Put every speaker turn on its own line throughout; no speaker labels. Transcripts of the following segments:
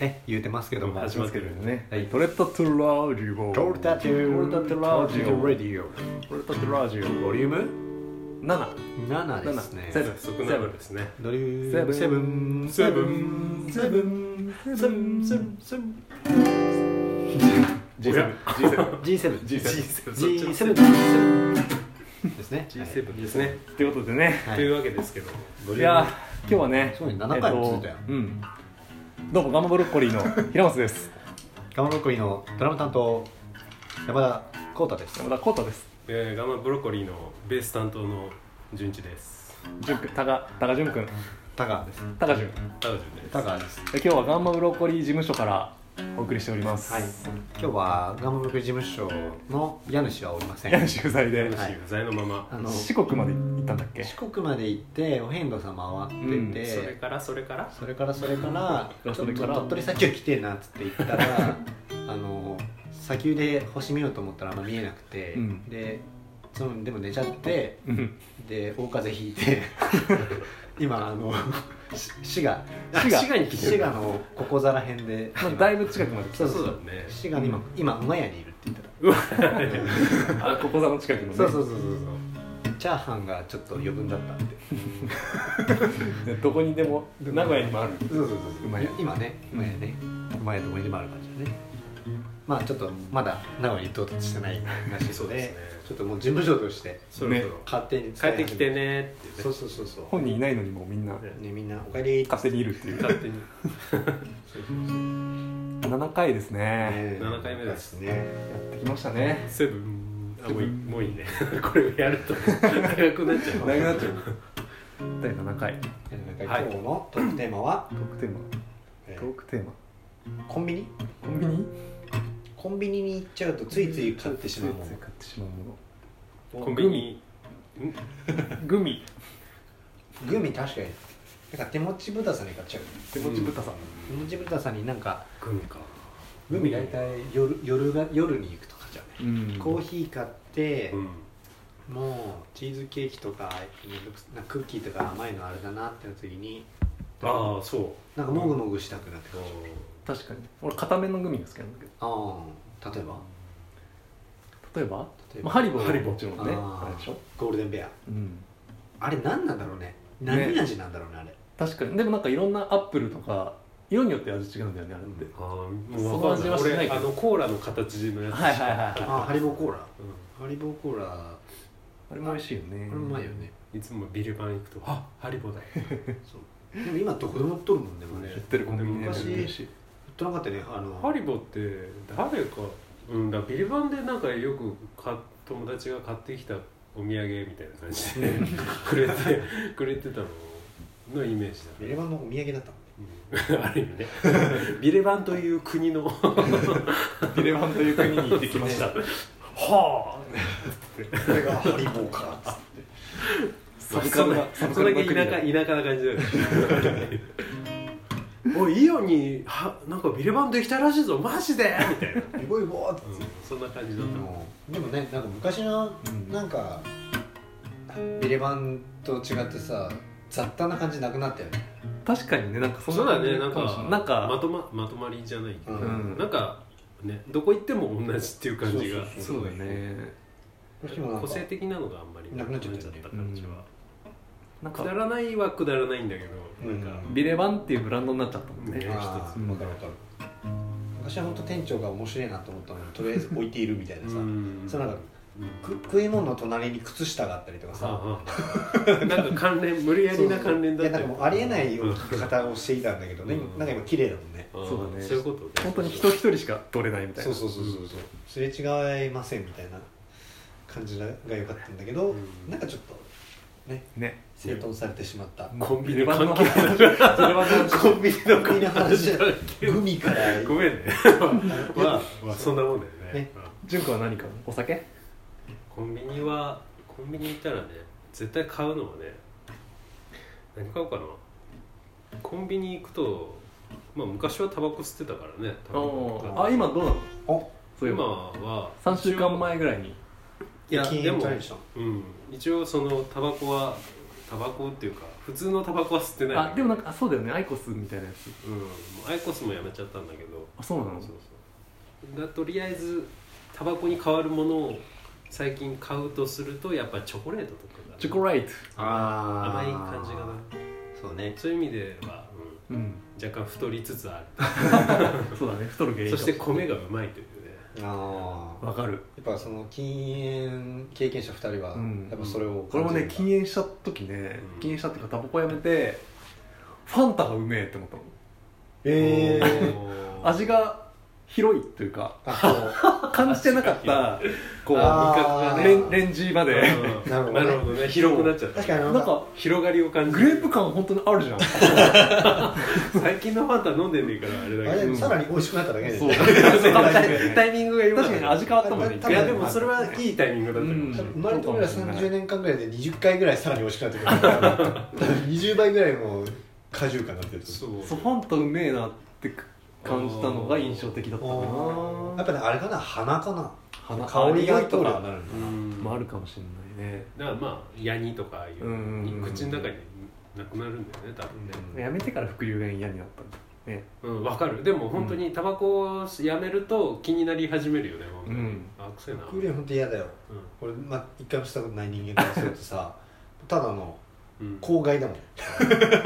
ね言うてますけども
始まってるんでね、
はい
トレッタトラジオ
トルタトゥ
トレタトラジオ
トレタトラジ
トレタトラジオ
オボリューム
7
7ですね
7
早速なるんですね
ドリュ
セ
ー
ブン
セブン
セブン
セブンセブンセブンセブン
G7 G7
G7
G7
G7 ですね
G7 ですね、
ということでね
はい
というわけですけど
いやー今日はね
そうね7回も続いたよ
えっとうんどうもガンマブロッコリーの平松です
ガマロッコリーのドラム担当山田浩太です
山田浩太です
えー、ガンマブロッコリーのベース担当の順一です
潤君高高潤君
タガーです
高潤
タウジュンです
タガーです
今日はガンマブロッコリー事務所からお送りしております
はい
今日はガンマブロッコリー事務所の家主はおりませ
家
ん
主不在で
主不在のまま、
あの
四
四
国まで行ったんだっけ
国まで行ってお遍路様回ってて、
それからそれから
それからそれからちょ
そ
っ
れ
と
から
鳥取砂丘来てるなっつって言った らあの砂丘で星見ようと思ったらあんま見えなくて、
うん
でそのでも寝ちゃって
うん
で大風邪ひい て今あのし滋賀
滋賀
あ滋賀に来て
滋
る
賀のここざら辺で、
まあだいぶ近くまで来た
そう
そうだね
滋賀に今今馬屋にいるって言ってた
あここ座の近くのね
そうそうそうそうそうチャーハンがちょっと余分だったって
どこにでも名古屋にもある
そうそうそうそう
馬屋
今ね今やね今やどこにでもある感じだねまあちょっとまだ名古屋に到達してないらしい
そ
の
う
で
ですね
ちょっともう事務所として
そろそろ、
勝手に
帰
使い
ってきてねっていう
そ
ね
うそうそうそう
本人いないのにもうみんな
ねみんなおかえり
勝手にいるっていう
勝手に
そうそうそう
7回ですね
ね
7回目です
ね
やってきましたね
セブンあもういいもういいね これをやると長くなっちゃう
なくなっちゃう第7回
今日のトークテーマは、
トークテーマ
えー
トークテーマ
コンビニ
コンビニ
コンビニに行っちゃうとついつい買ってしまうも
ついつい買ってしまうも
の
コンビニん
のグミ
グミ確かになんか手持ち豚さんに買っちゃう
手持ち豚さん
手持ち豚さんになんか
グミか
グミ大体夜夜が夜に行くとかじゃんね、
うん
コーヒー買って
う、ん
もうチーズケーキとかめんどくさなんかクッキーとか甘いのあれだなってなった時に
ああそう
なんかもぐもぐしたくなってく
お
る
ー
確かに俺固めのグミが好きなんだけど
ああ例えば
例えば
例えば
まあハリボー
ハリボー
もちろんね
あー
あれでしょ
ゴールデンベア
うん
あれ何なんだろうね何味なんだろうねあれ
確かにでもなんかいろんなアップルとか色によって味違うんだよねあれって
あーもう分かん
そ
ない
の味はしないけ
俺
ど
あのコーラの形のやつ
はいはいはいはい
あーハリボーコーラ
う
ハリボーコーラこ
あれも美味しいよね
れうまいよね
んいつもビルバン行くとあハリボーだ
そうでも今どこでも売っとるもんねもうね
知ってるコンビニでも
昔
美 味しい
売っとなかったよねあの
ハリボーって誰かうんだビルバンでなんかよくか友達が買ってきたお土産みたいな感じでくれてくれてたののイメージだ
ビ
ね
レバンのお土産だったもんね
うんある意味ねビレバンという国の
ビレバンと いう国に行ってきました
は
これがハリボーかっつって
サブカルな
そ
サ
ん
ブ
な
カ
そんだ
ル
け
な
田
国だ
舎田舎な感じだよねおいイオンにはなんかビレバンできたらしいぞマジでみたいな、うん
イボイボーっつって
そんな感じだっ
あ
た
のでもねなんか昔の
うん
なんか、ビレバンと違ってさ雑多な感じなくなったよね
確かにねなんか
そうだね、
な
なんん
か
か
もしれないなんか
まとままとまりじゃないけど、
うん
なんかねどこ行っても同じっていう感じが
そう
そうだね
どうしてもなん
個
か
性的なのがあんまり
なくなっちゃったよね
な感じは、
なん
くだ
から
ないはくだらないんだけど、
うん
なんか
ビレバンっていうブランドになっちゃったもんね
ね
あ
一つ
ーわかるわかる昔は本当店長が面白いなと思ったのにとりあえず置いているみたいなさ、
ん
そうなんか
うん
く食い物の隣に靴下があったりとかさ
ああなんか関連無理やりな関連だっ
そ
た
うそういやなんかもうありえない置き方をしていたんだけどね、
うん
なんか今綺麗だもんね、
ああ
そうだね
そういうことね
本当に人一人しか取れないみたい
そ
な
うそうそうそうそうすれ違いませんみたいな感じが良かったんだけど、
うん
なんかちょっとね
ね
整頓されてしまった
コン
ビ
ビニ
レバン
関
の
係
話
ない
ビレバンの話
コンビニの国の話
関係な い
グミから
ごめ んねまあ、まあ、そんなもんだよね
ね
まあ
純子は何かお酒
コンビニはコンビニ行ったらね絶対買うのはね何買おうかなコンビニ行くとまあ昔はタバコ吸ってたからねタバコ買って
あ今どうなの
お
そういえ
今
ば
は
3週間前ぐらいに
いや
禁
で
煙
も
取られちゃう
うん一応そのタバコはタバコっていうか普通のタバコは吸ってない
あでもなんかあそうだよねアイコスみたいなやつ
うんもうアイコスもやめちゃったんだけど
あそうなの
そうそうがとりあえずタバコに代わるものを最近買うとするとやっぱチョコレートとかが、
チョコレート
あ
甘
ー
い感じがな
そうね
そういう意味では、
うん
うん、若干太りつつあ
そうだね太る原
る
因
そ
かも
して米がうまいというね
ああ
わかる
やっぱその禁煙経験者2人は
うん
やっぱそれを
これもね禁
煙
煙した時ね
うん
禁煙したっていうかタバコやめてファンタがうめえって思ったの
え え
おー
味が広いというか
あそ
感じてなかったこう
あ
味覚
ー
がね
レンレンジまで
うん
なるほどね
なるほどね広くなっちゃっ
う
た
確かにあ
な
の
んか
広がりを感じ
グ
る
レープ感本当にあるじゃん
最近のファンタ飲んでねえからあれだ
あ
けど
れさらに美味しくなっただけで
そう
タイミングが良かっ
確
た
かに味変わったもんね
多
い
分
やでもそれはいいタイミングだったかもしれない
生まれてから30年間ぐらいで20回ぐらいさらに美味しくなってくるから多分20倍ぐらいの果汁感になってると
そう
そうファンタうめえなって感じたのが印象的だったか
思うやっ
な
ぱねあれかな鼻かな
鼻
香りが
匂いと
通るよう
か
になるんだ
うん
もあるかもしれないね
だからまあヤニとかああいう
うんうんうん
口の中になくなるんだよね多分ね
うん
やめてから副流が嫌になったんだね
うんわかるでも本当にタバコをやめると気になり始めるよね本当に、
うん
あくせえな、
クーレン本当嫌だよ
う
俺まあ一回もしたことない人間からすると さただの
んうん
公害だもん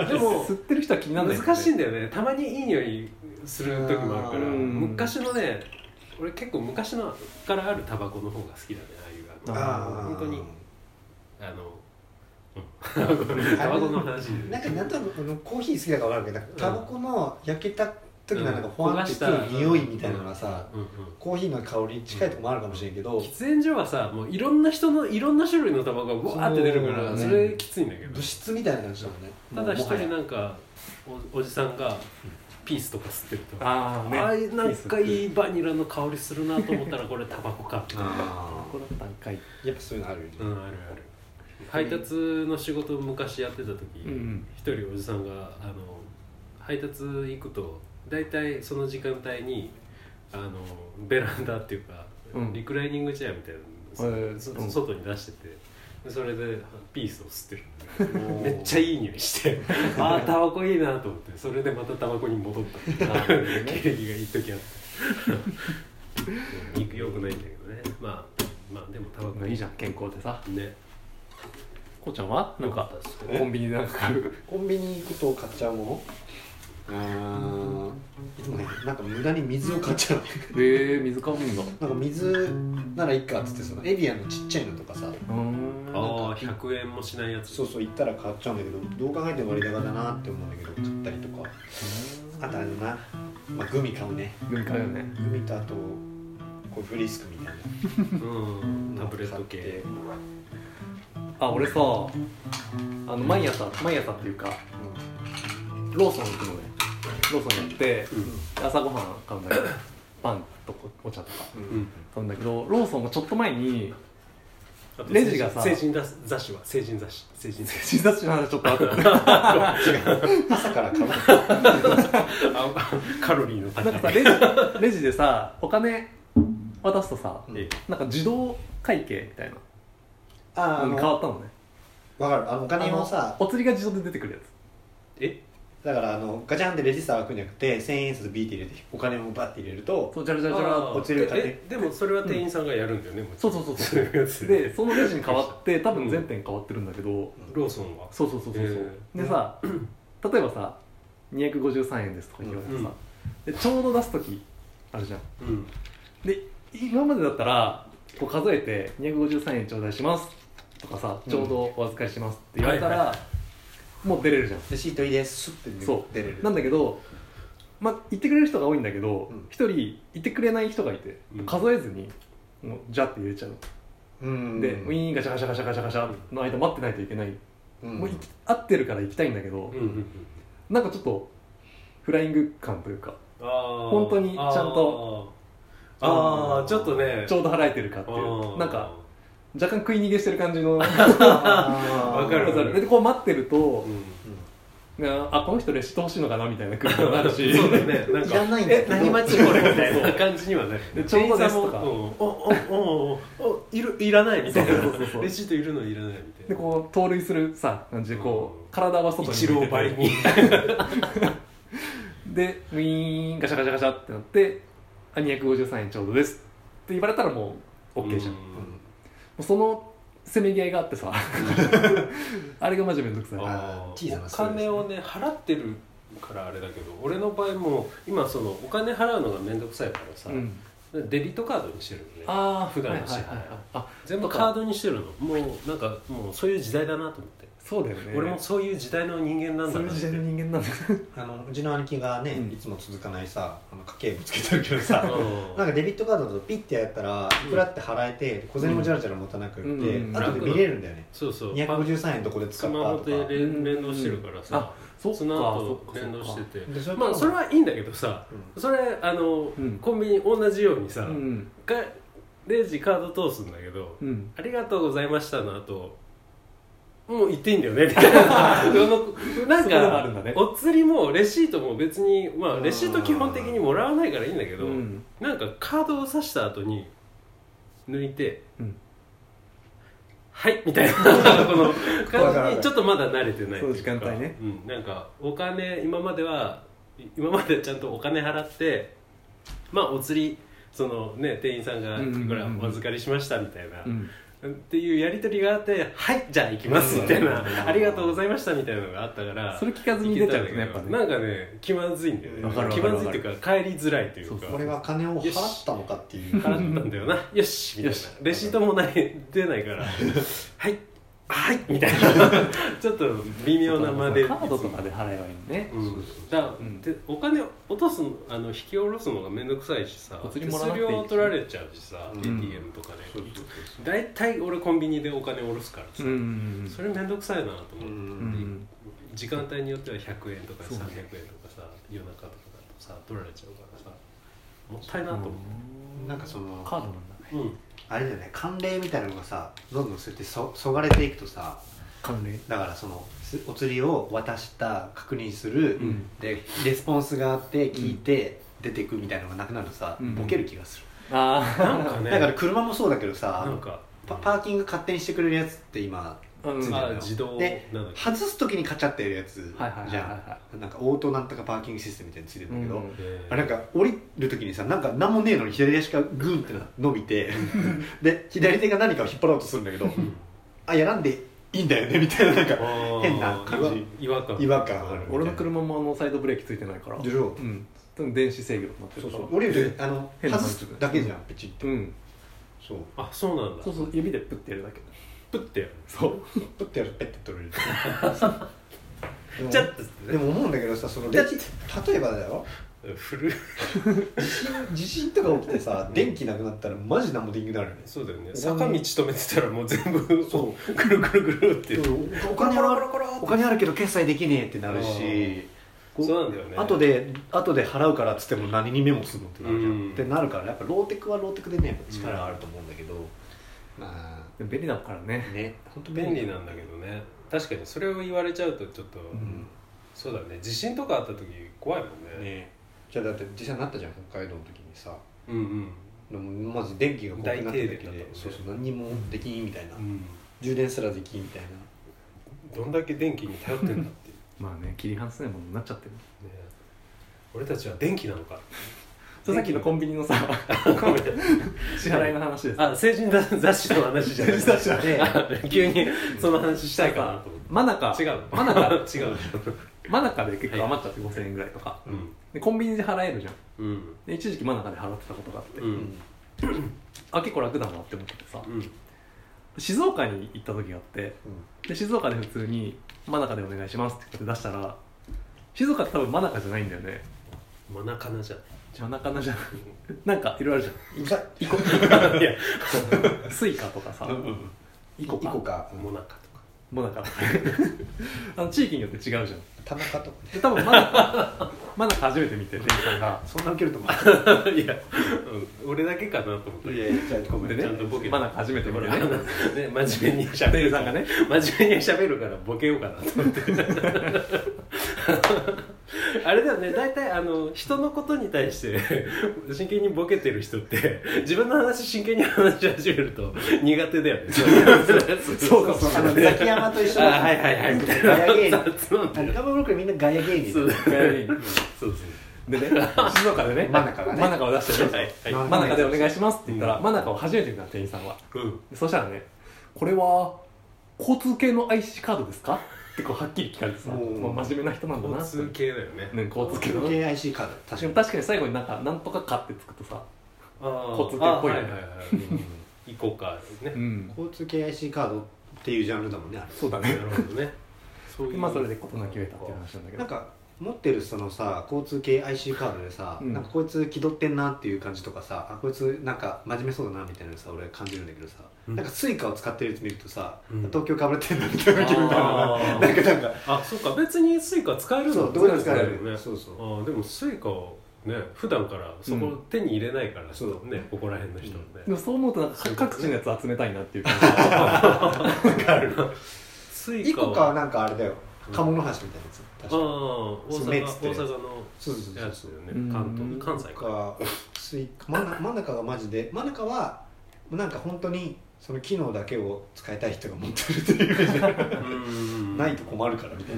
でも
吸ってる人は気にならない
難しい
ん
んだよねたまにいい匂いする時もあるか
う
ら
ん
昔のね俺結構昔のからあるタバコの方が好きだねああいうあ
あ
のー本当に あの、う
あ
ん、
れ
タバコの話
なんかなんとなくあのコーヒー好きだから分かるけどなんかタバコの焼けた時のなんか
うん
ほわってくる匂いみたいなのがさ、
うんうん
コーヒーの香りに近いとこもあるかもしれんけど、
喫煙所はさもういろんな人のいろんな種類のタバコがわーって出るから
そう
そ,、
ね
れきついんだけど
物質みたいな感じだもんね
ただ一
もうもは
人
や
なんかおおじさんがピースとか吸ってるとあ
ああね
あいなんかいいバニラの香りするなと思ったらこれタバコか
あ
こだったんかい
ーやっぱそういうのあるよね、
うんあるある配達の仕事を昔やってた時一、
うん
人おじさんがあの配達行くと大体その時間帯にあのベランダっていうか、
うん
リクライニングチェアみたいな
へ
の
え
そ
うん
外に出しててでそれでピースを吸ってる
おー
めっちゃいい匂いして ああタバコいいなと思ってそれでまたタバコに戻ったってい う
なるほどね
経歴がいい時あって うんよくないんだけどねまあまあでもタバコ
いいじゃん健康でさ
ゃんね
こうちゃんはなんかコンビニでなんか買う
コンビニ行くと買っちゃうものあーいつもねなんか無駄に水を買っちゃう
へ え水買うんだ
なんか水ならいいかっつってそのエビアンのちっちゃいのとかさ
うーん
ああ100円もしないやつ
そうそう行ったら買っちゃうんだけどどう考えても割高だなって思うんだけど買ったりとかあとあれだな、まあ、グミ買うね
グミ買うよね
グミとあとこうフリスクみたい
うん
な
タブレット系
あ俺さあの毎朝毎朝っていうかローソン行くのねローソンやって朝ごはん買うん だけどパンとお茶とか
うん、
うん
買うんだけどローソンがちょっと前に
あと
レジがさ
成人だ雑誌は成人雑誌成人雑誌
診察室の話ちょっ とあった
朝から買う
あカロリーの高
ないんかさレジレジでさお金渡すとさ
うん
え
なんか自動会計みたいな
あーあ
のに
の
変わったのね
わかるあのお金をさ
あのお釣りが自動で出てくるや
ええ
だからあのガチャンってレジスター開くんじゃなくて1000円札ビーって入れてお金をバッて入れると
つそうジャラジャラジャラ
落ちる家庭
えでもそれは店員さんがやるんだよね、もちろん
そうそうそう
そういうやつ
でそのレジに変わって多分全店変わってるんだけど、
ローソンは
そうそうそうそうそう、
えー
でさ例えばさ253円ですとか言われてさ、でちょうど出す時あるじゃん
うん
で今までだったらこう数えて253円頂戴しますとかさ
うん
ちょうどお預かりしますって言われたら、
はいは
もう出れるじゃん
レシートいいですスッて
そう
出れる
なんだけどまあ言ってくれる人が多いんだけど
うん
一、人言ってくれない人がいて
うん
数えずにもうジャって入れちゃう、
うん
でウィーンガシャガシャガシャガシャガシャの間待ってないといけない、
うん
もうい合ってるから行きたいんだけど、
うんうんうん
なんかちょっとフライング感というか
ああ
本当にちゃんと
あーあーちょっとね
ちょうど払えてるかってい
あ
う
ー
なんか若干食い逃げしてる感じ の
あー
わかる
でこう待ってると
う、ん
あこの人レシート欲しいのかなみたいな空気もあるし
そうだよねなん
いら
か
ないんだ
え
けど
何待ちこれみたいな感じにはね
でちょうどですとか
おおおおおおいるいらないみたいな
そうそうそうそう
レシートいるのいらないみた
で
いな
こう盗塁するさ感じでこう、
うん
体は外に
一郎倍に
でウィーンガシャガシャガシャってなってあ253円ちょうどですって言われたらもう OK じゃん、も
うん
うそのせめぎ合いがあってさあれがマジめんどくさい
あー小さな
お
ストレスね
金をね払ってるからあれだけど俺の場合も今そのお金払うのが面倒くさいからさ、
うん、
デビットカードにしてるのね
ああ
普段の
は
支
い
払い
はいはいはいあ
全部カードにしてるのもうなんかもうそういう時代だなと思って、
そうだよね
俺もそういう時代の人間なんだ
そういう
なって
時代の人間なんだ
あのうちの兄貴がね、
うん
いつも続かないさあの家計簿つけてるけど さ
うん
なんかデビットカードだとピッてやったらいくらって払えて小銭もじゃらじゃら持たなくって、
うん
後で見れるんだよね、
そうそう
253円どこで
ス
使った
マホ
と
で
か
連連動してるからさ、
そっか
その後
そっか
連動してて
でそれと
まあそれはいいんだけどさ
う
それあの、
うん
コンビニ同じようにさ、
うん
がレジカード通すんだけど、
うん
ありがとうございましたの後もう行っていいんだよねみたい なそのな
そこ
ん
でもあるん
か
だね
お釣りもレシートも別にまあレシー
あ
ト
ー
基本的にもらわないからいいんだけ
う
ど、
ん
なんかカードを刺した後に抜いて
うん
はいみ たいなこの
わかるわ
感
か
じ
る
にちょっとまだ慣れてない
そう
といか
時間帯ね
うん、なんかお金今まではい今までちゃんとお金払ってまあお釣りそのね店員さんが
うんうんうんうん
いくらお預かりしましたみたいな、
うん
っていうやり取りがあって「はいじゃあ行きます」みたいな
うん
「ありがとうございました」みたいなのがあったから
それ聞かずに出ちゃうとねやっぱね
なんかね気まずいんだよね
わかるわ
か
気
る
ま
わか
ず
る
いっていうか帰りづらいというか
そうそう
俺は金を払ったのかっていう
払ったんだよな よしみたい
よ
な
し
レシートもない出ないからはいはいみたいな ちょっと微妙な間で
カードとかで払えばいいのね
うんだから
うん
でお金落とすのあの引き下ろすのが面倒くさいしさ
お
手
釣り
数
もらわなくていい
料取られちゃうしさ、
うん
ATM とかで大体俺コンビニでお金下ろすからさ、
うん
それ面倒くさいなと思って、
うん
時間帯によっては100円とか
そう
300
ね
円とかさ、夜中とかだとさ取られちゃうからさもったいなと思
なんかその
カードなんだね
う、うん
あれだよね慣例みたいなのがさどんどんそうやってそそがれていくとさ
関連
だからそのすお釣りを渡した確認する、
うん
でレスポンスがあって聞いて、出てくみたいなのがなくなるとさ、
うん
ボケる気がする、
あ
なんかね
だから車もそうだけどさ
なんか
パパーキング勝手にしてくれるやつって今
あうん
ついてる
は
の
い
あ
よ
自動
で
なんだっけ
外す時にカチャってやるやつ
はいはい
じ
はい
ゃん、
は
なんかオートなんとかパーキングシステムみたいについてるんだけど、
うん
あなんか降りる時にさなんか何もねえのに左足がグンってな伸びて で左手が何かを引っ張ろうとするんだけどあやらんでいいんだよねみたいななんか変な感じ
じ違和感
違和感ある
い俺の車もあのサイドブレーキついてないから
でしょ
うん多分電子制御になって
そ
る
う
か
そ
ら
う降りる時あの
変な
外
感じ
すだけじゃんペチって
うん
そう
あそうなんだ
そうそう指でプッてやるだけ
プッてやる
そう
プッてやるとペッて取れ るでも
ちゃっと
でも思うんだけどさそのレジ例えばだよ
古い
地震とか起きてさ電気なくなったらマジ何もできなくなるよね
そうだよね
お金
坂道止めてたらもう全部
そ
くるくるくるって
お金はあるお金あるけど決済できねえってなるしこ
そうなんだよね
後で後で払うからっつっても何にメモするのってなるじゃん、
うん
ってなるからやっぱローテクはローテクでねやっぱ力はあると思うんだけど、ま
でも便利だから
あ
ね
ね本当
便利なんだけどね確かにそれを言われちゃうとちょっと
うん
そうだね地震とかあった時怖いもんね
ねじゃあだって実際になったじゃん北海道の時にさ
うんうん
でもまず電気が怖くなった時
大停電だったも
で
んね
そうそう何にもできんみたいな、
うん
充電すらできんみたいな
どんだけ電気に頼ってんだっていう
まあね切り離せないものになっちゃってる
ね俺たちは電気なのか
そうさっきのコンビニのさ 支払いの話です
あ成人雑誌の話じゃない
雑誌だ
ね
あ急にその話したいかなと思って
マナカ
違う
マナカ
違う
マナカで結構余っちゃって5000円ぐらいとか
うん
でコンビニで払えるじゃん
うん
で一時期マナカで払ってたことがあって、
う
うん
ん
あ結構楽だなって思っててさ
うん
静岡に行った時があってで静岡で普通に「真中でお願いします」って言って出したら静岡って多分真中じゃないんだよね
マナカナじゃん
真中なじゃ んなんかいろいろあるじゃ
うんうざい
んイ コ
いや
そうスイカとかさイ
イ
コ
コ
か
か
モナカとか
もなか あの地域によって違うじゃん
田中とか
で多分真 中真中初めて見て店員さんが
そんな受けると思
いや、うん俺だけかなと思っ
う
て。
いやいやじゃあごめん
で
ね
ちゃんとボケて。
まだ初めて
ほ
見る
ら、
ね
ね、真面目に喋
店員
る
さんがね
真面目に喋るからボケようかなと思って。 あれだよね大体あの人のことに対して真剣にボケてる人って自分の話真剣に話し始めると苦手だよね
そうそうあのザキヤマと一緒
あ
だ
はいはいはいみたい
ガヤ芸
な
人
雑なんだ
あの
よ
ガバブロックでみんなガヤ芸
そ
人
う
でね
そうそう
静岡でね
真中がね
真中を出してね
はいは
真中でお願いしますって言ったら
う
真中を初めて見た店員さんは
うん
でそしたらねこれは交通系の IC カードですかってこうはっきり聞かれてさ
おー
もう真面目な人なんだな
交通系だよね
ね交通系のね
KIC カード確か
確
に
かに最後になんかなんとかかってつくとさ交通
交
系っぽいよね
行こうかね
ん
交通 KIC カードっていうジャンルだもんねあ
そうだ
な
ね
るほ どねそういう
まあそれで事なきを得たっていう話なんだ
れ
けど
なんか持ってるそのさ交通系 IC カードでさ、
うん
なんかこいつ気取ってんなっていう感じとかさあこいつなんか真面目そうだなみたいなのさ俺感じるんだけどさ、
うん
なんかスイカを使ってるやつ見るとさ、
うん
東京かぶれてんなみたいな気分だな
あ ー
なんかなんか
あそうか別にスイカ使えるの
そうどこでも使える
よね
そうそう
あーでもスイカをね普段からそこ手に入れないから、
そう
ねここら辺の人は ね、
でもそう思うとなんか各地のやつ集めたいなっていう感
スイ
一
カを
個かはなんかあれだよ
うん
鴨の橋みたいなやつ
ああ
確か
大
そう
阪
メッ
大
ツってやつ
阪の
そうそうそう
やつ
そう
だよ
うん
ね関東関西か
かスイカ真ん真ん中がマジで真ん中はなんか本当にその機能だけを使いたい人が持ってるっていうイメージ
うん
ないと困るからみたい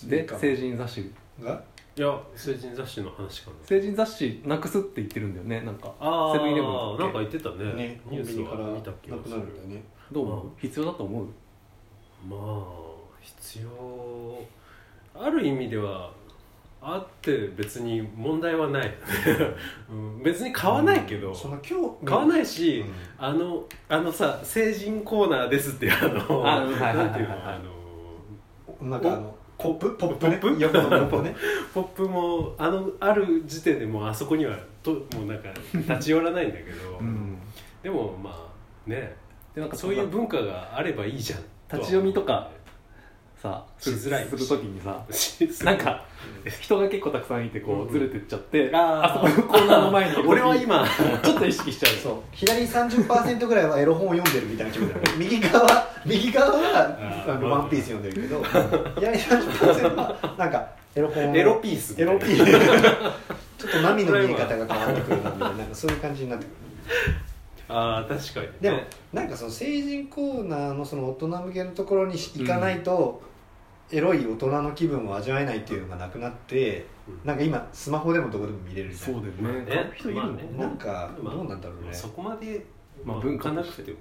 じで成人雑誌
なが
いや成人雑誌の話かな
成人雑誌なくすって言ってるんだよねなんか
ああ
セブンイレブンだっけ
なんか言ってたね
ねコ
ニュ
ン
ー
ビ
ス
ニから
は
な
見
く
た
な
気がす
る
る
んだよね
どう思う必要だと思う
まあ必要ある意味ではあって別に問題はない、 うん、別に買わないけど、
その今日
買わないいし、
うん
あのあのさ成人コーナーですっていうあの
あはいはいはいはい
なんていうのあの
なんかあのコップポップね
ポップ
横のポップね
ポップもあのある時点でもうあそこにはともうなんか立ち寄らないんだけど、でもまあね
でなんか
そういう文化があればいいじゃんは
立ち読みとかさする
しづらい
する時にさ
し
なんか人が結構たくさんいてこ
うん
うずれてっちゃって、あ
あー
そこのコーナーの 前に
俺は今
ちょっと意識しちゃう
そう左30%ぐらいはエロ本を読んでるみたいな気分だよね 右側右側は
あー
あのワンピース読んでるけど左30%はなんかエロ本を
エロピース
エロピ
ス
ー ちょっと波の見え方が変わってくるなみたいななんかそういう感じになってくる
ああ確かに、ね、
でもなんかその成人コーナーのその大人向けのところに行かないと、エロい大人の気分を味わえないっていうのがなくなって
うん
なんか今スマホでもどこでも見れるじゃん
だよね
ね
買う人いるの、
まあね
なんか
まあ
どうなんだろうね、
そこまで、
ま
ま
あ
あ、
文
文
化
化
と
な
し
く
て
ても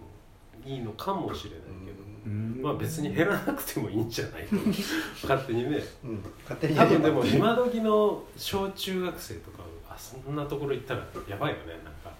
いいのかもしれないけど、
うん
まあ別に減らなくてもいいんじゃないの勝手にね
うん、うん、勝手に
多分でも
やれば
今時の小中学生とかあそんなところ行ったらやばいよねなんか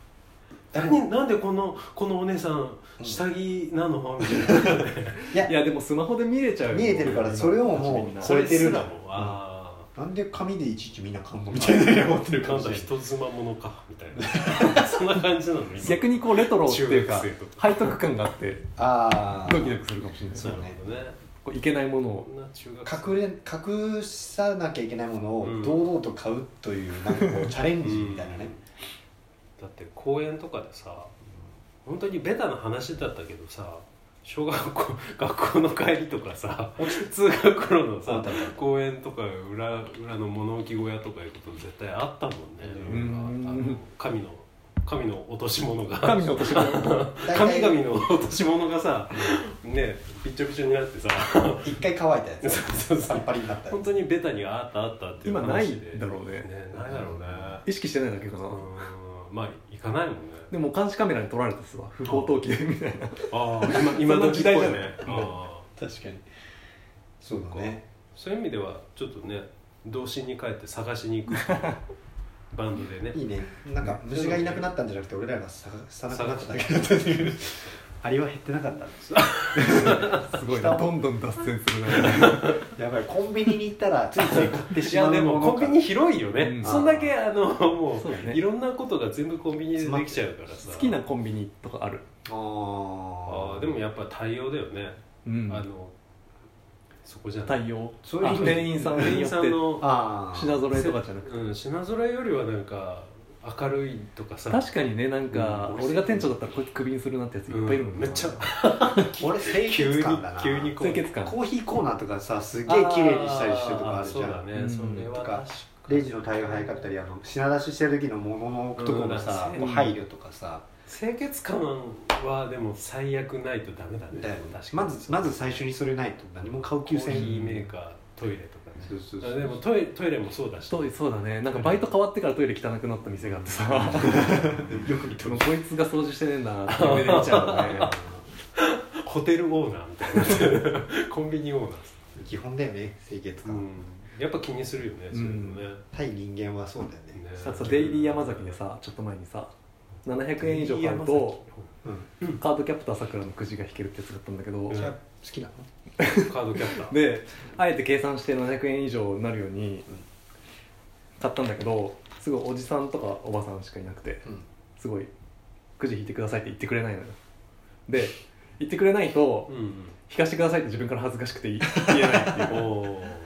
何なんでこのこのお姉さん下着なのみたいな
いや
いやでもスマホで見れちゃうよ
見えてるからそれをもう
みんな
超えてる
それすら
な
もああ
なんで紙でいちいちみんな買うのみたいな思ってる
な
感
ん
じ
だ人妻ものかみたいなそんな感じなの今
逆にこうレトロっていうか
中学生と
背徳感があって
あ
ドキド
あ
キするかもしれない
なるほどね
こういけないもの を
こんな中学生
隠れ隠さなきゃいけないもの
う
を
ん
堂々と買うというなんかこうチャレンジみたいなね、
だって公園とかでさ本当にベタな話だったけどさ小学校学校の帰りとかさ通学路の
あっ
さ
たあった
公園とか裏裏の物置小屋とかいうこと絶対あったもんね
うん
あの神の神の落とし物が
神の年頃
大
神
体
々の落とし物がさねびっちょびちょになってさ
一回乾いたや
そう
つ
そう
パ
そ
リ
う
パリになったや
本当にベタにあったあったっていう
今ない
話で
だろうね
ねないだろうね
意識してないだけかな、
うんまあ行かないもんね
でも監視カメラに撮られてすわ不法投棄みたいな
ああ今今の時代だね
そんな時代だね
ああ
つ確かにそうだね
そういう意味ではちょっとね童心に帰って探しに行くっていうバンドでね
いいねなんか虫がいなくなったんじゃなくて俺らが探さなくなっただけだったって いうアリは減ってなかったんです
すごいなどんどん脱線するな
やばいコンビニに行ったらついつい買って
い
しま
や
う
で
も
も
の
コ
か
ンビニ広いよね、
うん
そんだけあのも
そうだ
う
ね
いろんなことが全部コンビニでできちゃうからさ
好きなコンビニとかある
あ
あ
あ
あでもやっぱ対応だよね、
うん
あのそこじゃない
対応
そういう
あ店員さんによ
店員
って
さんの
ああ
品揃えとかじゃなくて
うん、品揃えよりはなんか明るいとかさ
確かにねなんか
うん
俺が店長だったらこいつクビにするなってやついっぱいいるもん
う
ね、
んめっちゃ
俺清
急
潔
に
感だな
急にこ
清
う
潔感
コーヒーコーナーとかさすげえ綺麗にしたりしてるとかあるじゃん
あーそうだね、
うん
それは
とか
確かに
レジの対応早かったりあの品出ししてる時の物の置くとこのさ、
うん
こう配慮とかさ、
清潔感はでも最悪ないとダメだね
だよね
確かに
まずまず最初にそれないと何も買う
コ
気
ー
せ
ヒ
ん
ーメーカートイレとかね
そうそうそう
あでもトイレトイレもそうだし
そうそうだねなんかバイト変わってからトイレ汚くなった店があってさ
よく見て
もうこいつが掃除してねえんだなって夢で見ちゃうよね
ホテルオーナーみたい なコンビニオーナー
基本だよね清潔
う
感、
んやっぱ気にするよねそういうのね,、
対人間はそうだよね、
ね
ささデイリー山崎でさちょっと前にさ700円以上買うと
うん
カードキャプターさくらのくじが引けるってやつだったんだけど、
うん
じゃあ好きなの
カードキャプター
であえて計算して700円以上になるように買ったんだけどすごいおじさんとかおばさんしかいなくて
うん
すごい「くじ引いてください」って言ってくれないのよで言ってくれないと
うんうん
「引かしてください」って自分から恥ずかしくて言言えないってい う
おー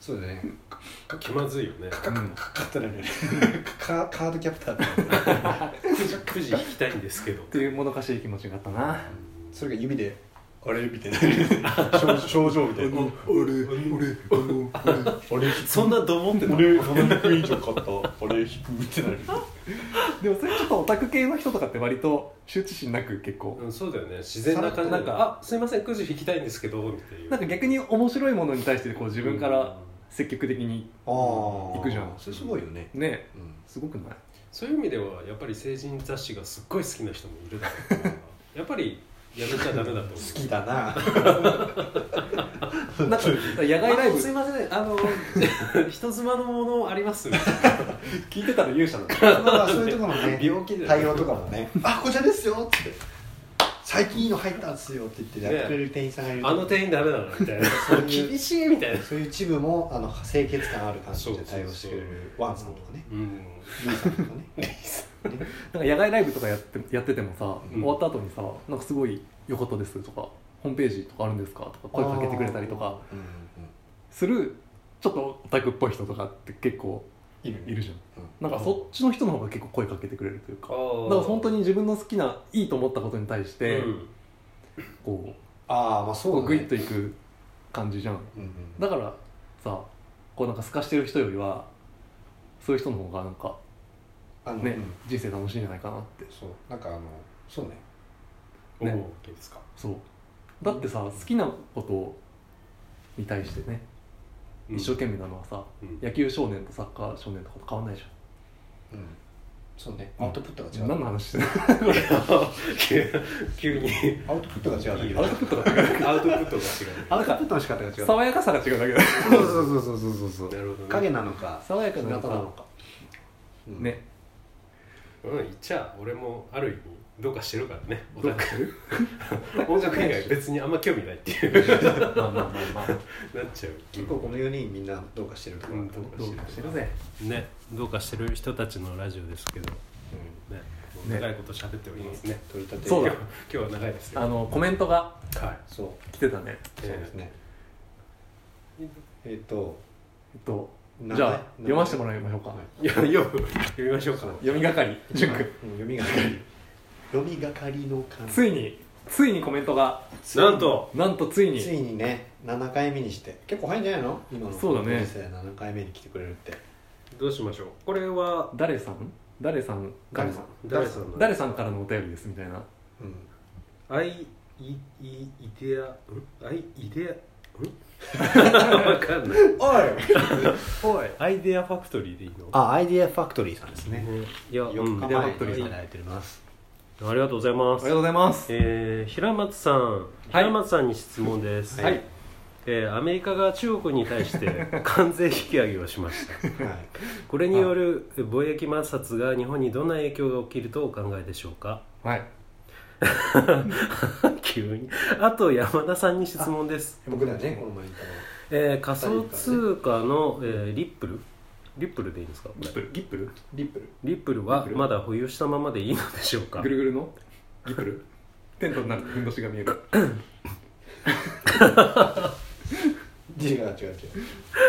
そうだね
気まずいよね
うん
かかったらねカカードキャプターって
くじくじ引きたいんですけど
っていうもどかしい気持ちがあったな
それが指であれみたいな症症状みたいな俺
そんなどもってた
俺700円以上買った俺引くってなる
でもそれちょっとオタク系の人とかって割と羞恥心なく結構
うん、そうだよね自然な感じ
さら
な
っ
ん
となんか
か「あすいませんくじ引きたいんですけど」みたいな
なんか逆に面白いものに対してこう自分から積極的に
ああ行
くじゃん
それすごいよね
ね
うん
すごくない
そういう意味ではやっぱり成人雑誌がすっごい好きな人もいるだろうからやっぱりやめちゃダメだと思う
好きだな
なんか野外ライ
あ
ブ
すいませんあの 人妻のものありますみたいな
聞いてたら勇者だ ね
まあそういうところのね
病気だよね
対応とかもね「あこちらですよ」っつって「最近いいの入ったんすよ」って言ってやってくれる店員さんがいると
あの店員ダメだなみたいな
そういう
厳しいみたいな
そういうチブもあの清潔感ある感じで対応してくれ
そうそう
る
そう
ワンさんとか ね
うん
リーさんとかね
なんか野外ライブとかやってやっててもさ、
うん
終わった後にさ「なんかすごい良かったです」とか「ホームページとかあるんですか?」とか声かけてくれたりとか
うんうん
するちょっとオタクっぽい人とかって結構
いるね
いるじゃん
う
なんかそっちの人の方が結構声かけてくれるというかだか
あ
ら本当に自分の好きないいと思ったことに対して、
うん
こう
ああまあ
こ
そううだ
グイ
ね
ッといく感じじゃん
うんうん
だからさこうなんか透かしてる人よりはそういう人の方がなんか
あの
ね、
うん
人生楽しいんじゃないかなって
そうなんかあのそうね
お
ね
うどうですか
そうだってさ好きなことに対してね一生懸命なのはさ、
うん
野球少年とサッカー少年とかと変わんないじ
うんそうね
うん
アウトプットが違
ゃん
う
何の話してんの
急 急に
アウトプットが違うだ
いい
け
よ
アウトプットが違う
アウトプットが違
アウトプットの仕方が違う
爽やかさが違うだけだ
そうそうそうそうそうそう
うなるほどね
影なのか
爽やか
日
な
向な
の
の
か
か、うん
ね
うん言っちゃ俺もある意味どうかしてるからね
どうかしてる
音楽以外別にあんま興味ないっていう
まあまあまあまあ
なっちゃう
結構この4人みんなどうかしてるとか、
う
うんん、
どうか
どうかしてるぜ
ねどうかしてる人たちのラジオですけどね
ね
長いこと喋っておりますね
取り立て
そうだ
今日は長いですよ
あのコメントが
はい
そう
来てたね
そうですねえっ、と
えっと
名前
じゃあ
名前
読ませてもらいましょうか、
はい
いやよく読みましょうか
読みがかり
うん
淳君
読みがかり読みが かりの感
ついについにコメントが
なんと
なんとついに
ついにね7回目にして結構早いんじゃないの今の
そうだね
人生7回目に来てくれるって
どうしましょうこれは
誰さん誰さんから
誰
の
さん
誰さんの
誰さんからのお便りですみたいな
うん
アイイイイデアんアイイデアん わかんない
おい
おい
アイデアファクトリーでいいの
あアイディアファクトリーさんですね
いや
4日
アフ
前
ァクトリーさ
に
ん
いただいております
ありがとうございま
おはようございます
えー平松さん
はい
平松さんに質問です、
はい
えーアメリカが中国に対して関税引き上げをしました
はい
これによる貿易摩擦が日本にどんな影響が起きるとお考えでしょうか
はい
急にあと山田さんに質問です、
僕らねこの前にいたの
えー仮想通貨の、えーリップルリップルでいいんですかこれ
ギップルギップル
リップル
リップルはまだ保有したままでいいのでしょうか
ぐるぐるのギップルテントになるとふんどしが見える
デ違う違う違う、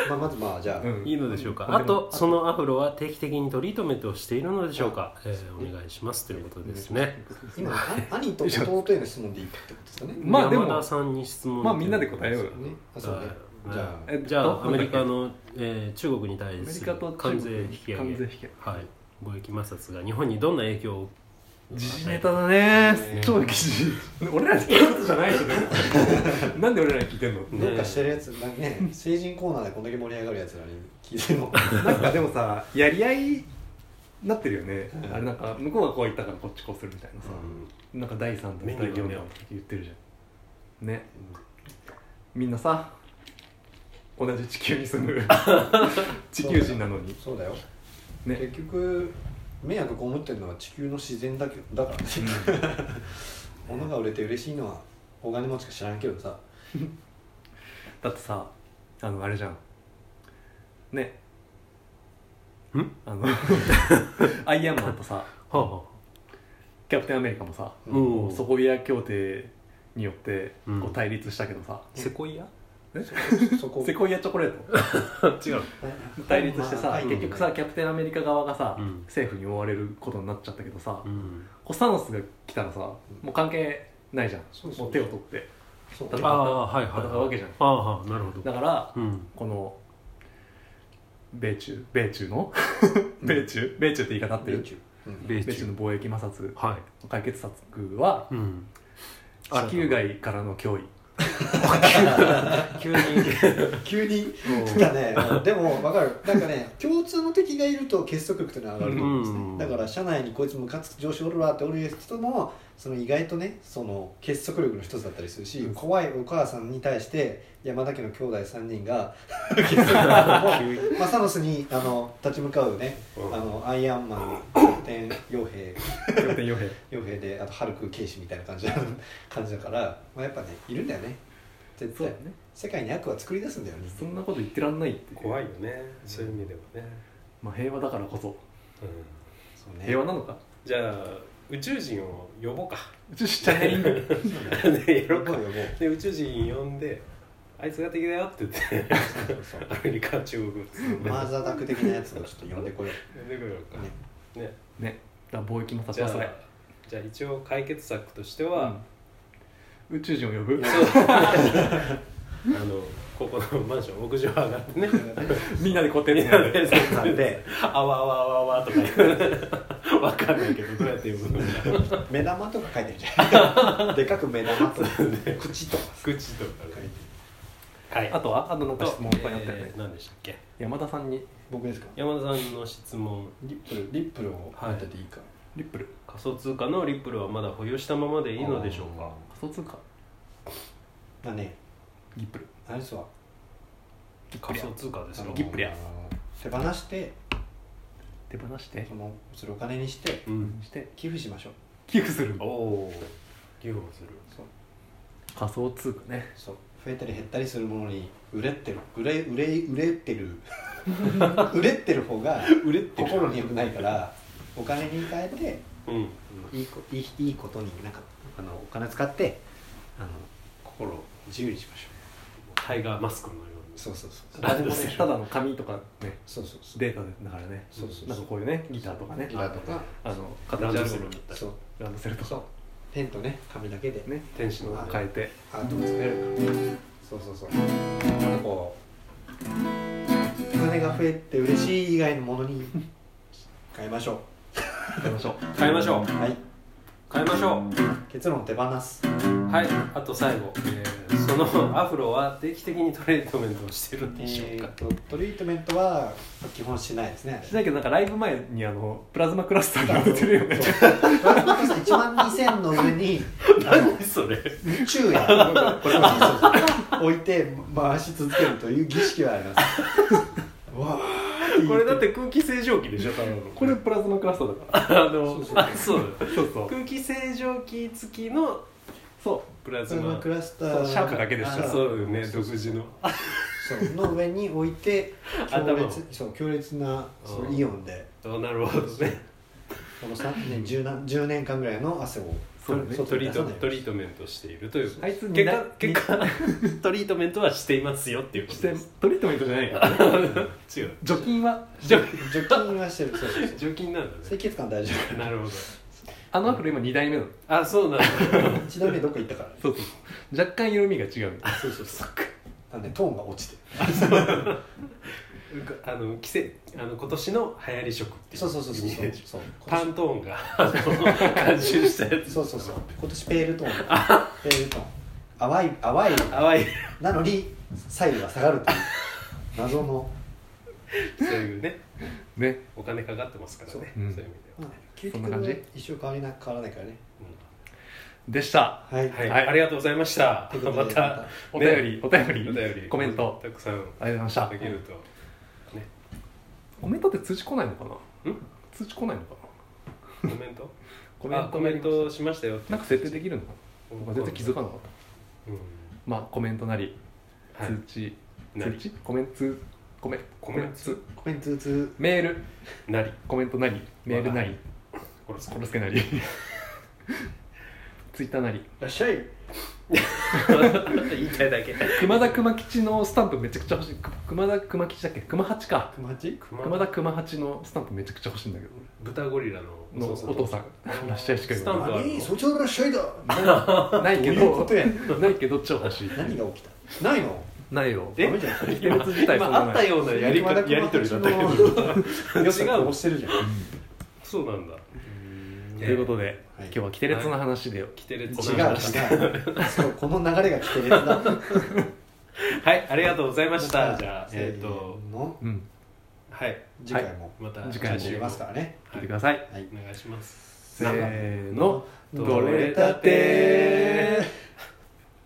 まあ、まずまあじゃあ、
うん
いいのでしょうか、
うん
あとそのアフロは定期的にトリートメントをしているのでしょうか、えーお願いしますということですね
今あ兄と弟への質問でいいってことですかね
まあでも
山田さんに質問
まあみんなで答えようよ
ねあそうね
はい
じゃあ
えっと
じゃ
なん
あ
だっ
ア
け
メリカの、えー中国に対
アメリ
す
カ
る
と
関税引き上
関税
げ
引き上げ
はい貿易摩擦が日本にどんな影響を
時事ネタだね
ね
超時事俺らに聞くことじゃないよねなんで俺らに聞いてんの
どうかしてるやつなんかね成人コーナーでこんだけ盛り上がるやつらに聞いても
なんかでもさやり合いになってるよね、
うん
あれなんか向こうがこう言ったからこっちこうするみたいなさ、
う
なんか第三弾第
メニュー
四
がね
弾って言ってるじゃんねみんなさ同じ地球に住む地球人なのに
そうだよ
ね
結局迷惑被ってるのは地球の自然だけどだからね 物が売れて嬉しいのはお金持ちか知らんけどさ
だってさあのあれじゃんね
ん
あの アイアンマンとさ
はあは
キャプテンアメリカもさ、
うん
ソコイア協定によって
うん
こう対立したけどさ、
あセコイア
そこ
セコイアチョコレート
違う
対立してさ、
まあ
結局さ、
うん
キャプテンアメリカ側がさ、
うん
政府に追われることになっちゃったけどさ、
うん
こうサノスが来たらさもう関係ないじゃん
そうそう
もう手を取って
そう
だ
あ
から
あはいはい
戦うわけじゃん
ああはいなるほ
だ
ど
から
うん
この米中米中の米中、米中って言い方合ってる
米中うん
米
米中の貿易摩擦
は
の解決策はい
うん
地球外からの脅威
急に
急に来たねでも分かるなんかね共通の敵がいると結束力っていうのは上がると思うんですね、
うん
だから社内にこいつムカつく上司おるわっておる人もその意外とねその結束力の一つだったりするし、
うん
怖いお母さんに対して山田家の兄弟3人が結束力を
急に
まあ、サノスにあの立ち向かうね、
うん
あのアイアンマンキャプテン傭兵
キャプテン傭兵
傭兵であとハルク警視みたいな感じ感じだから、まあ、やっぱねいるんだよね絶
そう
対
だよね
世界に悪は作り出すんだよね
そんなこと言ってらんないって
怖
い
いよねそういう意味ではね、
まあ平和だからこそ
うん
そうね
平和なのか
じゃあ宇宙人を呼ぼうか
ちょっとチャネリング
で
呼
やろ
ぼ
う
う呼
か
ぼう
で宇宙人呼んであいつが敵だよって言って
そう
アメリカ中国
マーザーダック的なやつをちょっと呼んでこよ
呼んでこよう
う、
か
ね、
ね
ねだから貿易摩
じ
擦
ゃ
は
あ
それ
じゃあ一応解決策としては、
うん宇宙人を呼ぶ
そうあのここのマンション屋上上がってね
みんなでこうやって
みんなで
で
あわあわあわあわとか言ってわかんないけどどうやって呼ぶのか
目玉とか書いてるじゃんでかく目玉 とか口とか
口とか
書いてる
ねはい
あとはあとなんか質問いっぱいあったよね
えー何でしたっけ
山田さんに
僕ですか
山田さんの質問
リップルリップルを
はい
持ってていいか、
リップル
仮想通貨のリップルはまだ保有したままでいいのでしょうか
仮想通貨
まあね
リップル
あれですわ
仮想通貨です
あ
よ
の
ギップリャ
手放して
手放して
そのそれをお金にして
うん
して
寄付しましょう
寄付する
おお寄付をする
そう
仮想通貨ね
そう増えたり減ったりするものに売れってる売れ売れ売れって る売れってる方が
売れって
心に良くないからお金に変えて
うん
いいこいいいいことになんかあのお金使ってあの心を自由にしましょ
タイガーマスクのよ
う
うに
そうそうそう
ランド
ね
セ ル
ただの紙とかね
そうそうそう
データだからね
そうそうそう
なんかこういうねギターとかね
ギターとか
あの
ラ
形あ
ン
る
ド
も
セル
の
みたい
そう
ランドセルと
そう
か
ペンとね紙だけで
ね
天使の
変えて
アートを作れるからねそうそうそうなんかこうお金が増えて嬉しい以外のものに変えましょ
やりましょう
変えましょう
うはい
変えましょ
結論手放す
うはいあと最後、えーそのアフロは定期的にトレートメントをしてるん
え
でしょう
ー
か
っとトリートメントは基本しないですね
しないけどなんかライブ前にあのプラズマクラスターが出てるよね
1万2000の上にあの
それ
昼夜これは置いて回し続けるという儀式はありますわー
これだって空気清浄機でしょ多分
これプラズマクラスターだか
あの
そうそう
あそうだ
らそうそう
空気清浄機付きの
そう
プラ
そ
ズ
れ
マ
はクラスタ
そう
ー
シャープだけでした
あ
そうよね独自の
そうの上に置いて
頭
強
を
烈そう強烈なそのイオンで
あなるほどね
この3年10何10年間ぐらいの汗を
そうだね
そう
トリート
そうだよ
トリートメントしているという
あいつ
結果
に
結果トリートメントはしていますよっていうこと
して
です
トリートメントじゃないから
違う
除菌は
除
除菌はしてるそうそうそう
除菌なんだ
清
ね
潔感大丈夫
なるほど
あのアフロ今2代目なの
あそうなんだ
一度目どっか行ったから
そうそう若干色味が違う
そうそうそうなんでトーンが落ちて
うかあの季節あの今年の流行り食っていう
そうそうそうそう
イメージ
そう
パントーンがあの 監修したやつ
そうそうそう今年ペールトーンペールトーン淡い淡い
淡い
なのに左右が下がるという謎の
そういうね
ね
お金かかってますからね
そう
そう
う
いうん意味では、
究
そん
極
な感じ
は一生変わりな変わらないからね
でした
はい、
はい、
はい
ありがとうございました
ということ
ま
で
た
お便り、お便り
お便り
コメント
たくさんい
ありがとうござ
た
いま
だけ
し
ると
たコメントって通知来ないのかなん通知来ないのかな
コメント
コ
あコメントしましたよって
なんか設定できるのかな僕は全然気づかなかった
うん
まあコメントなり
はい
通知、
な
通知コメント通コメ
コメント
通
コメントずつ
メール
なり
コメントなりメールなり
殺 す
コロスケなりツイッターなり
いらっしゃい
言いたいだけ
熊田熊吉のスタンプめちゃくちゃ欲しいく熊田熊吉だっけ熊八か
熊八
熊田熊八のスタンプめちゃくちゃ欲しいんだけど
豚ゴリラの
のお父さんいらっしゃいしか
スタンプある
何そちらのらっしゃいだ
ないけ
どういうこ
ど
とや
ないけど超欲しい
何が起きたないの
ないよ
え
ダメじゃん
秘密自体そん
今
な
あっ
な
た
い
ようなやりか
熊田
やり取りだったけど
熊八の良さを押してるじゃん
そうなんだ
ということで、
はい
今日はキテレツの話で、
来てる
違う違うそうこの流れが来てるやつだ
はいありがとうござい ましたじゃあえっと
せーの
うん、
はい
次回も
また
次回も
見れますからね
聞いてください、
はい
お願いします
せーの
ど
ど
れ
れ
た
た
て
て